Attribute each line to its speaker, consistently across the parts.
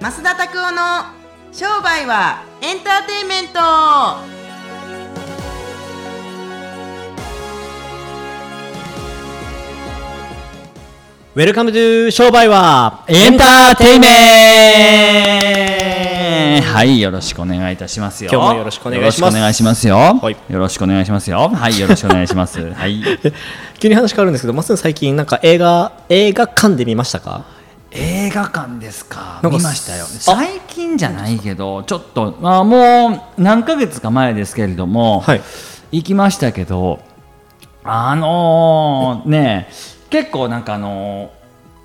Speaker 1: 増田拓夫の商売はエンターテインメント
Speaker 2: ウェルカムトゥー商売はエンターテイメント
Speaker 3: はい、よろしくお願いいたしますよ。
Speaker 2: 今日もよろしくお願いします
Speaker 3: よろしくお願いしますよ。
Speaker 2: はい
Speaker 3: よろしくお願いしますよ。はい、よろしくお願いします。はい。
Speaker 2: 急に話変わるんですけど、まっすー最近なんか映画、映画館で見ましたか
Speaker 3: 映画館ですか
Speaker 2: なんか
Speaker 3: 見ましたよ
Speaker 2: あ
Speaker 3: 最近じゃないけどちょっと、まあ、もう何ヶ月か前ですけれども、
Speaker 2: はい
Speaker 3: 行きましたけどあのーね結構なんかあの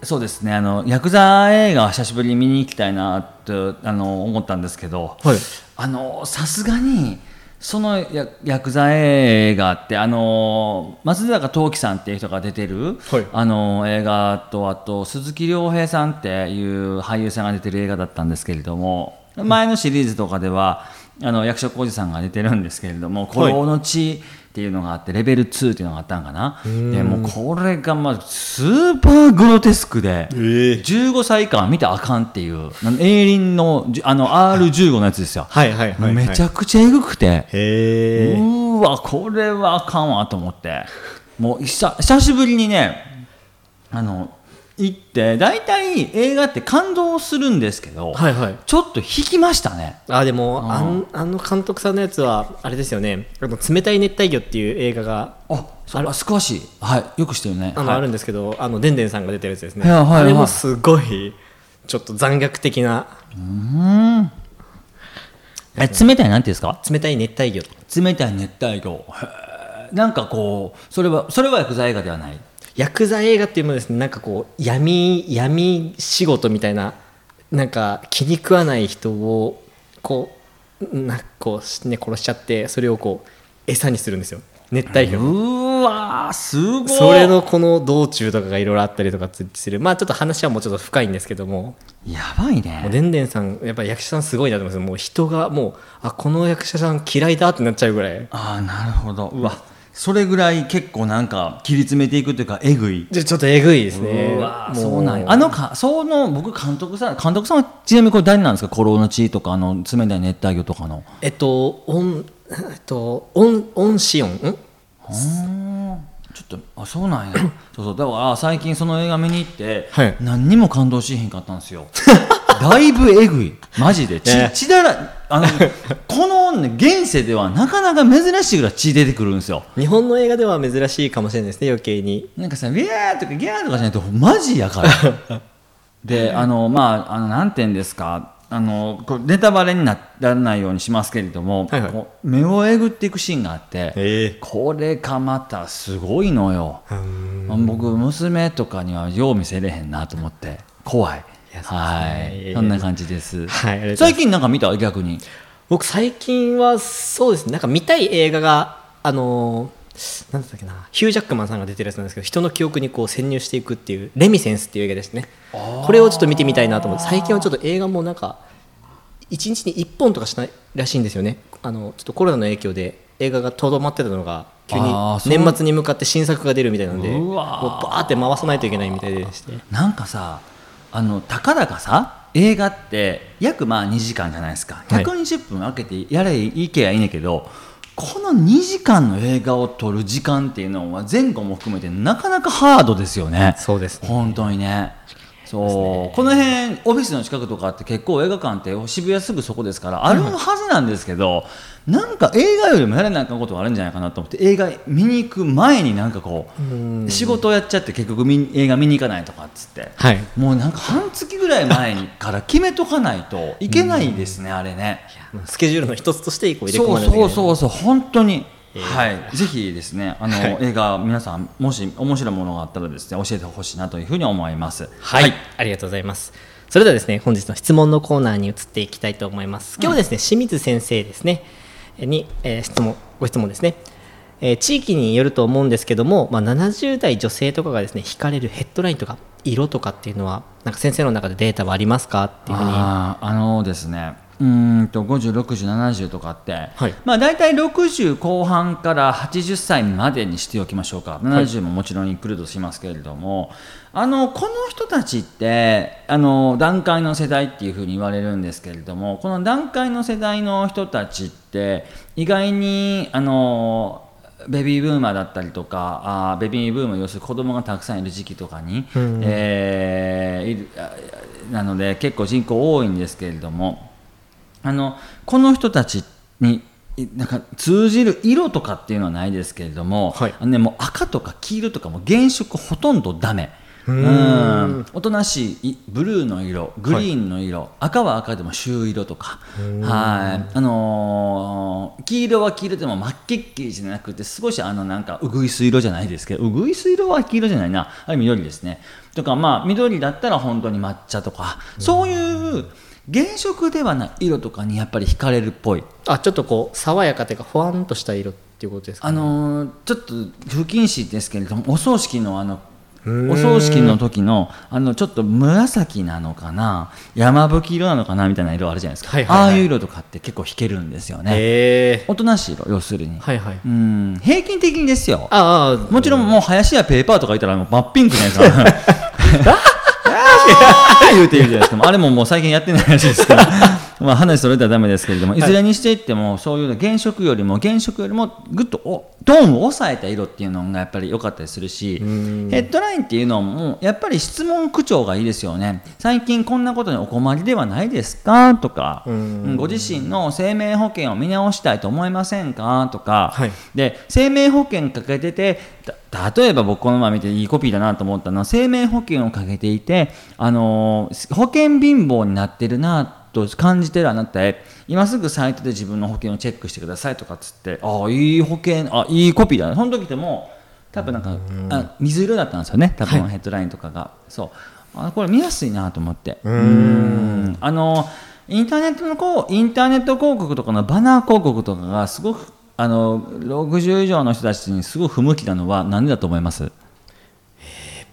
Speaker 3: ーそうですねあのヤクザ映画久しぶりに見に行きたいなと、あのー思ったんですけど、
Speaker 2: はい
Speaker 3: あのーさすがにそのヤヤクザ映画ってあのー松坂桃樹さんっていう人が出てる、
Speaker 2: はい
Speaker 3: あの映画とあと鈴木亮平さんっていう俳優さんが出てる映画だったんですけれども前のシリーズとかではあの役所広司さんが出てるんですけれども「
Speaker 2: はい
Speaker 3: 孤狼の血」っていうのがあってレベル2っていうのがあったんかなでもうこれがまあスーパーグロテスクで
Speaker 2: ええ
Speaker 3: 15歳以下は見たらあかんっていうなん映倫のじあの R15 のやつですよ
Speaker 2: はいはいはいはい
Speaker 3: めちゃくちゃえぐくて。
Speaker 2: へ
Speaker 3: う
Speaker 2: え。
Speaker 3: ーわこれはあかんわと思ってもう久久しぶりにねあの行って大体映画って感動するんですけど、
Speaker 2: はいはい
Speaker 3: ちょっと引きましたね
Speaker 2: あ、でも、あんあの監督さんのやつは、あれですよね、あの冷たい熱帯魚っていう映画が、
Speaker 3: あそれは少しはいよくしてるね
Speaker 2: あの、
Speaker 3: はい
Speaker 2: あるんですけど、あの、でんでんさんが出てるやつですね。
Speaker 3: はいはいはい
Speaker 2: あれもすごい、ちょっと残虐的な、
Speaker 3: え冷たいなんていうんですか
Speaker 2: 冷たい熱帯魚。
Speaker 3: 冷たい熱帯魚へーなんかこうそれはそれは薬剤映画ではない
Speaker 2: ヤクザ映画っていうものですねなんかこう闇闇仕事みたいななんか気に食わない人をこうなんかこうしね殺しちゃってそれをこう餌にするんですよ熱帯
Speaker 3: う
Speaker 2: 魚
Speaker 3: ーわーすごい
Speaker 2: それのこの道中とかがいろいろあったりとかするまあちょっと話はもうちょっと深いんですけども
Speaker 3: やばい
Speaker 2: もう
Speaker 3: ね
Speaker 2: でんでんさんやっぱ役者さんすごいなと思いますもう人がもうあこの役者さん嫌いだってなっちゃうぐらい
Speaker 3: ああなるほどうわそれぐらい結構なんか切り詰めていくというかえぐい
Speaker 2: じゃちょっとえぐいですね
Speaker 3: うわ
Speaker 2: も
Speaker 3: そうなんやあのかその僕監督さん監督さんはちなみにこれ誰なんですか「孤狼の血」とかあの「冷たい熱帯魚」とかの
Speaker 2: えっと、オン、えっと、オン、オンシオン、ん
Speaker 3: ちょっとあそ うなんやそうそうだから最近その映画見に行って、
Speaker 2: はい
Speaker 3: 何にも感動しへんかったんですよ だいぶえぐいマジで血
Speaker 2: ね
Speaker 3: 血だらあのこの、ね、現世ではなかなか珍しいぐらい血出てくるんですよ
Speaker 2: 日本の映画では珍しいかもしれないですね、余計に。
Speaker 3: なんかさ、ウィアーとかギャーとかじゃないと、マジ やから。で、あの、まあ、あの、なんていうんですか、あの、こうネタバレにならないようにしますけれども、
Speaker 2: はいはい
Speaker 3: こう目をえぐっていくシーンがあって、
Speaker 2: ええ
Speaker 3: これがまたすごいのよ。僕、娘とかにはよう見せれへんなと思って、怖い。
Speaker 2: いやそうですね
Speaker 3: はい
Speaker 2: やい
Speaker 3: い。
Speaker 2: や
Speaker 3: そんな感じです。
Speaker 2: はいありがとうござい
Speaker 3: 最近なんか見た逆に。
Speaker 2: 僕、最近は、そうですね、なんか見たい映画が、あのー、なんだったっけな、ヒュー・ジャックマンさんが出てるやつなんですけど、人の記憶にこう潜入していくっていう、レミセンスっていう映画ですね。これをちょっと見てみたいなと思って、最近はちょっと映画もなんか、1日に1本とかしないらしいんですよね。あの、ちょっとコロナの影響で映画がとどまってたのが、急に
Speaker 3: あーそう
Speaker 2: 年末に向かって新作が出るみたいなんで、
Speaker 3: う
Speaker 2: もう
Speaker 3: わー
Speaker 2: バーって回さないといけないみたいでして。
Speaker 3: なんかさあのたかだかさ映画って約まあ2時間じゃないですか
Speaker 2: はい
Speaker 3: 120分空けてやれいけやいいねんけど、この2時間の映画を撮る時間っていうのは前後も含めてなかなかハードですよね
Speaker 2: そうですね
Speaker 3: 本当にねそうこの辺オフィスの近くとかって結構映画館って渋谷すぐそこですからあるはずなんですけど、なんか映画よりもやらなあかんことがあるんじゃないかなと思って映画見に行く前になんかこう仕事をやっちゃって結局見映画見に行かないとかっつって、
Speaker 2: はい
Speaker 3: もうなんか半月ぐらい前にから決めとかないといけないですね、あれね。
Speaker 2: スケジュールの一つとしてこう入れ込
Speaker 3: そ
Speaker 2: ま
Speaker 3: う
Speaker 2: れる
Speaker 3: そう
Speaker 2: う
Speaker 3: そうそう本当に、はいぜひですねあの、
Speaker 2: はい
Speaker 3: 映画皆さんもし面白いものがあったらですね教えてほしいなというふうに思います。
Speaker 2: はい、ありがとうございますそれではですね本日の質問のコーナーに移っていきたいと思います今日はですね、清水先生ですねに、えー質問ご質問ですね、えー地域によると思うんですけども、まあ、70代女性とかがですね惹かれるヘッドラインとか色とかっていうのはなんか先生の中でデータはありますかっていうふうに
Speaker 3: あーあのですねうーんと50、60、70とかって、
Speaker 2: はい
Speaker 3: まあ、大体60後半から80歳までにしておきましょうか、70ももちろんインクルードしますけれども、あのこの人たちってあの、段階の世代っていうふうに言われるんですけれども、この段階の世代の人たちって、意外にあのベビーブーマーだったりとかあーベビーブーム要するに子供がたくさんいる時期とかに、えーいるあなので結構人口多いんですけれどもあのこの人たちにいなんか通じる色とかっていうのはないですけれども、
Speaker 2: はい
Speaker 3: あのね、もう赤とか黄色とかもう原色ほとんどダメ。うんおとなしいいブルーの色グリーンの色、赤は赤でも朱色とかはいあのー黄色は黄色でも真っ黄っ黄じゃなくて少しあのなんかうぐいす色じゃないですけどうぐいす色は黄色じゃないなあれ緑ですねとかまあ緑だったら本当に抹茶とかそういう原色ではない色とかにやっぱり惹かれるっぽい
Speaker 2: あちょっとこう爽やかというかほわんとした色っていうことですか、
Speaker 3: あのーちょっと不謹慎ですけれどもお葬式のあのお葬式の時のあのちょっと紫なのかな山吹色なのかなみたいな色あるじゃないですか、
Speaker 2: はいはいはい
Speaker 3: ああいう色とかって結構引けるんですよね、
Speaker 2: へえ
Speaker 3: おとなしい色要するに、
Speaker 2: はいはい
Speaker 3: うん平均的にですよ
Speaker 2: ああ
Speaker 3: もちろんもう林やペーパーとかいたらもう真っピンクじゃないですか あー言うてるじゃないですかもうあれももう最近やってないらしいですからまあ話それたらダメですけれどもいずれにしていってもそういう原色よりも原色よりもぐっとおトーンを抑えた色っていうのがやっぱり良かったりするしヘッドラインっていうのもやっぱり質問口調がいいですよね最近こんなことにお困りではないですかとか
Speaker 2: うん
Speaker 3: ご自身の生命保険を見直したいと思いませんかとか、
Speaker 2: はい
Speaker 3: で生命保険かけててた例えば僕この前見ていいコピーだなと思ったのは生命保険をかけていて、あのー保険貧乏になってるなと感じてるあなたへ今すぐサイトで自分の保険をチェックしてくださいとかっつってああいい保険あいいコピーだなその時でも多分なんかあ水色だったんですよね多分ヘッドラインとかが、そうあこれ見やすいなと思ってうんあのインターネットのこうインターネット広告とかのバナー広告とかがすごくあの60以上の人たちにすごく不向きなのは何でだと思います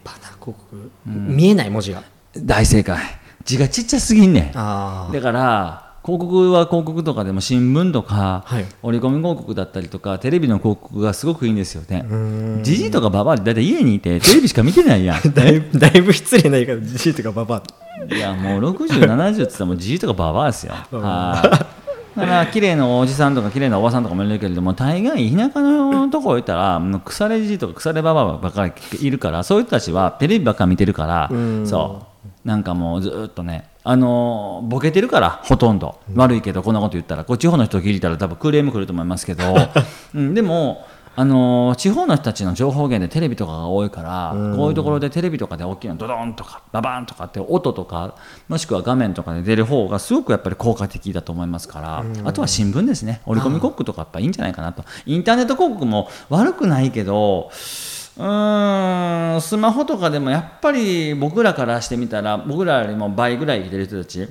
Speaker 2: バナー広告、見えない文字が
Speaker 3: 大正解字がちっちゃすぎんねん
Speaker 2: あ
Speaker 3: だから広告は広告とかでも新聞とか、
Speaker 2: はい
Speaker 3: 折り込み広告だったりとかテレビの広告がすごくいいんですよねじじいとかばばあって大体家にいてテレビしか見てないやん
Speaker 2: だいぶだいぶ失礼な言い方じじいとかばば
Speaker 3: いやもう6070って言ったらもうじじいとかばばあですよ。はいだから綺麗なおじさんとか綺麗なおばさんとかもいるけれども大概田舎のとこ行ったらもう腐れじじいとか腐ればばあばっかりいるからそういう人たちはテレビばっか見てるからそうなんかもうずーっとねあのーボケてるからほとんど悪いけどこんなこと言ったらこう地方の人聞いたら多分クレーム来ると思いますけ ど、うん、でもあのー地方の人たちの情報源でテレビとかが多いから、こういうところでテレビとかで大きなドドンとかババーンとかって音とかもしくは画面とかで出る方がすごくやっぱり効果的だと思いますから、あとは新聞ですね折り込み広告とかやっぱいいんじゃないかなとインターネット広告も悪くないけどうーんスマホとかでもやっぱり僕らからしてみたら僕らよりも倍ぐらい入れる人たち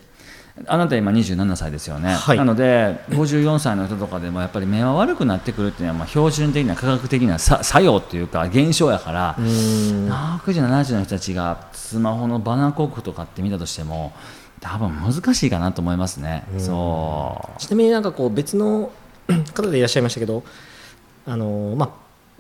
Speaker 3: あなた今27歳ですよね、
Speaker 2: はい
Speaker 3: なので54歳の人とかでもやっぱり目は悪くなってくるっていうのはまあ標準的な科学的なさ作用っていうか現象やから6070の人たちがスマホのバナー広告とかって見たとしても多分難しいかなと思いますね。そう
Speaker 2: ちなみになんかこう別の 方でいらっしゃいましたけどあのーまあ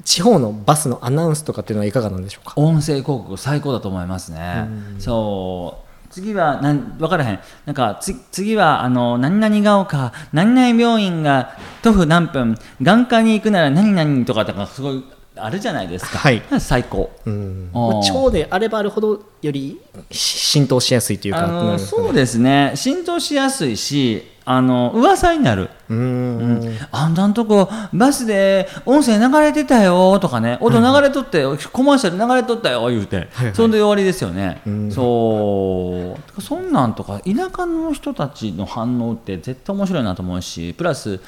Speaker 2: 地方のバスのアナウンスとかっていうのはいかがなんでしょうか
Speaker 3: 音声広告最高だと思いますね。そう次はなん分からへんなんかつ次はあの何々が丘何々病院が徒歩何分眼科に行くなら何々とかとかすごいあるじゃないですか、
Speaker 2: はい
Speaker 3: 最高
Speaker 2: うん
Speaker 3: あー
Speaker 2: まあ地方であればあるほどよりし浸透しやすいというかな
Speaker 3: あ
Speaker 2: り
Speaker 3: の
Speaker 2: ますかね
Speaker 3: そうですね浸透しやすいしあの噂になる
Speaker 2: うーん
Speaker 3: あんたんとこバスで音声流れてたよとかね音流れとって、コマーシャル流れとったよ言うて、そんで終わりですよね、そうそんなんとか田舎の人たちの反応って絶対面白いなと思うしプラス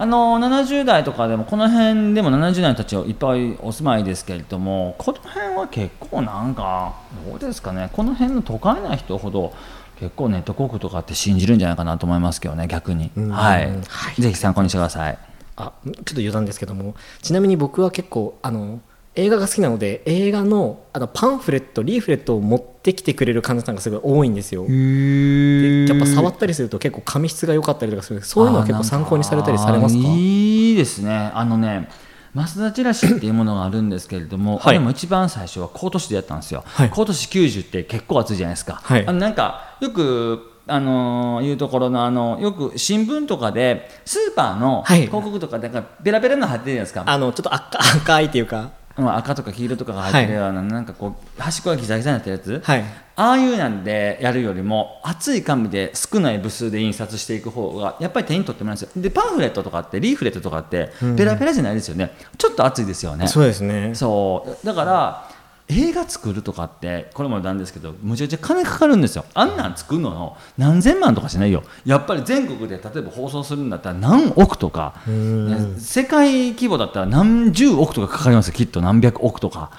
Speaker 3: あの70代とかでもこの辺でも70代の人たちはいっぱいお住まいですけれどもこの辺は結構なんかどうですかねこの辺の都会な人ほど結構ネット広告とかって信じるんじゃないかなと思いますけどね逆に、
Speaker 2: ん
Speaker 3: はい
Speaker 2: は
Speaker 3: ぜひ参考にしてください。
Speaker 2: あちょっと余談ですけどもちなみに僕は結構あの映画が好きなので映画のあのパンフレットリーフレットを持ってきてくれる患者さんがすごい多いんですよ。でやっぱ触ったりすると結構紙質が良かったりとかするんでそういうのは結構参考にされたりされますか
Speaker 3: あーなんいいですねあのね増田チラシっていうものがあるんですけれども、
Speaker 2: はい
Speaker 3: あれも一番最初は高都市でやったんですよ、
Speaker 2: はい
Speaker 3: 高都市90って結構暑いじゃないですか、
Speaker 2: はい
Speaker 3: あのなんかよくあのーいうところのあのよく新聞とかでスーパーの
Speaker 2: はい
Speaker 3: 広告とかなんかベラベラの貼ってるじゃないですか、
Speaker 2: あのちょっと赤赤いっていうか
Speaker 3: まあ赤とか黄色とかが入ってるような、なんかこう端っこがギザギザになってるやつ、
Speaker 2: はい
Speaker 3: ああいうなんでやるよりも厚い紙で少ない部数で印刷していく方がやっぱり手に取ってもらうんですよでパンフレットとかってリーフレットとかってペラペラじゃないですよね、ちょっと厚いですよね
Speaker 2: そうですね
Speaker 3: そうだから映画作るとかってこれも余談ですけどむちゃくちゃ金かかるんですよあんなん作るのの何千万とかしないよやっぱり全国で例えば放送するんだったら何億とか、ね世界規模だったら何十億とかかかりますよきっと何百億とか、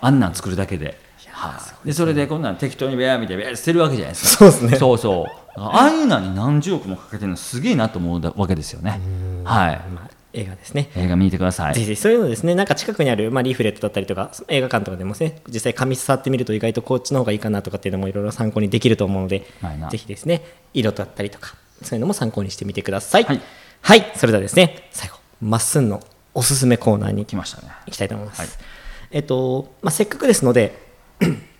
Speaker 3: あんなん作るだけで。はい、でそれでこんなん適当にベアみたいに捨てるわけじゃないですか
Speaker 2: そうですね
Speaker 3: そうそうああいうのに何十億もかけてるのすげえなと思うわけですよねはい
Speaker 2: まあ映画ですね
Speaker 3: 映画見てください
Speaker 2: ぜひぜひそういうのですねなんか近くにある、まあ、リーフレットだったりとか映画館とかでもですね実際紙触ってみると意外とこっちの方がいいかなとかっていうのもいろいろ参考にできると思うので
Speaker 3: ないな
Speaker 2: ぜひですね色だったりとかそういうのも参考にしてみてください
Speaker 3: はい、
Speaker 2: はいそれではですね最後まっすんのおすすめコーナーに
Speaker 3: 来ましたね
Speaker 2: いきたいと思います。
Speaker 3: はい
Speaker 2: えっとまあ、せっかくですので、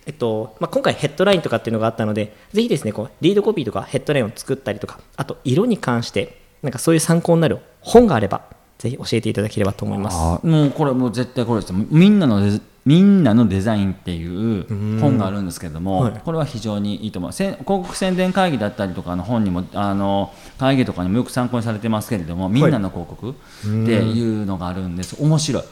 Speaker 2: えっとまあ、今回ヘッドラインとかっていうのがあったので、ぜひですねこうリードコピーとかヘッドラインを作ったりとか、あと色に関して、なんかそういう参考になる本があれば、ぜひ教えていただければと思います。
Speaker 3: あーもうこれもう絶対これですみんなのデザみんなのデザインっていう本があるんですけれども、
Speaker 2: はい
Speaker 3: これは非常にいいと思うせん広告宣伝会議だったりとかの本にもあの会議とかにもよく参考にされてますけれどもみんなの広告っていうのがあるんです面白い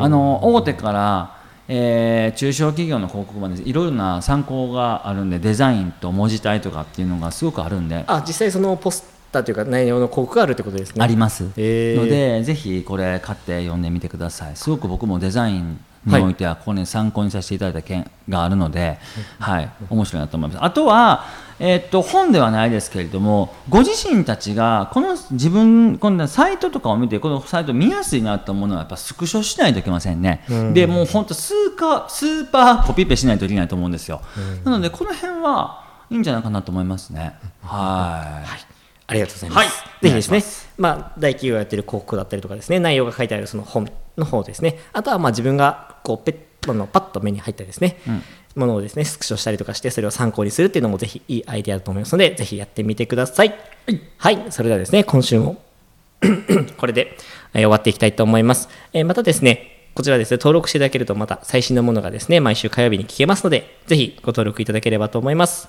Speaker 3: あの大手から、えー中小企業の広告までいろいろな参考があるんでデザインと文字体とかっていうのがすごくあるんで
Speaker 2: あ実際そのポスターというか内容の広告があるってことですね。
Speaker 3: あります、
Speaker 2: へー
Speaker 3: のでぜひこれ買って読んでみてくださいすごく僕もデザインにおいてはここに参考にさせていただいた件があるので、はい面白いなと思いますあとは、えっと本ではないですけれどもご自身たちがこの自分このサイトとかを見てこのサイト見やすいなと思うのはやっぱスクショしないといけませんね、でもう本当スーカスーパーコピペしないといけないと思うんですよ、なのでこの辺はいいんじゃないかなと思いますね、はい
Speaker 2: ありがとうございます。
Speaker 3: はい
Speaker 2: ぜひです
Speaker 3: お願い
Speaker 2: ね
Speaker 3: しま、
Speaker 2: まあ、大企業がやってる広告だったりとかですね、内容が書いてあるその本の方ですね、あとはまあ自分がこうペッあのパッと目に入ったですね、ものをですね、スクショしたりとかして、それを参考にするっていうのもぜひいいアイデアだと思いますので、ぜひやってみてください。はい、それではですね、今週も これでえー終わっていきたいと思います。えーまたですね、こちらですね、登録していただけるとまた最新のものがですね、毎週火曜日に聞けますので、ぜひご登録いただければと思います。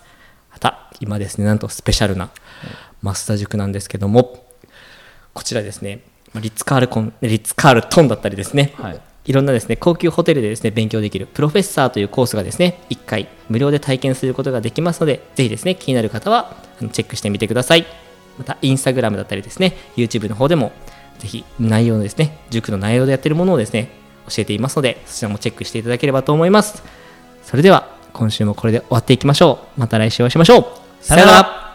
Speaker 2: また、今ですね、なんとスペシャルなマスター塾なんですけども、こちらですね、まあリッツカールコン、リッツカールトンだったりですね、
Speaker 3: はい
Speaker 2: いろんなですね、高級ホテルでですね、勉強できるプロフェッサーというコースがですね、1回無料で体験することができますので、ぜひですね、気になる方はあのチェックしてみてください。また、インスタグラムだったりですね、YouTube の方でも、ぜひ内容のですね、塾の内容でやっているものをですね、教えていますので、そちらもチェックしていただければと思います。それでは、今週もこれで終わっていきましょう。また来週お会いしましょう。
Speaker 3: さよなら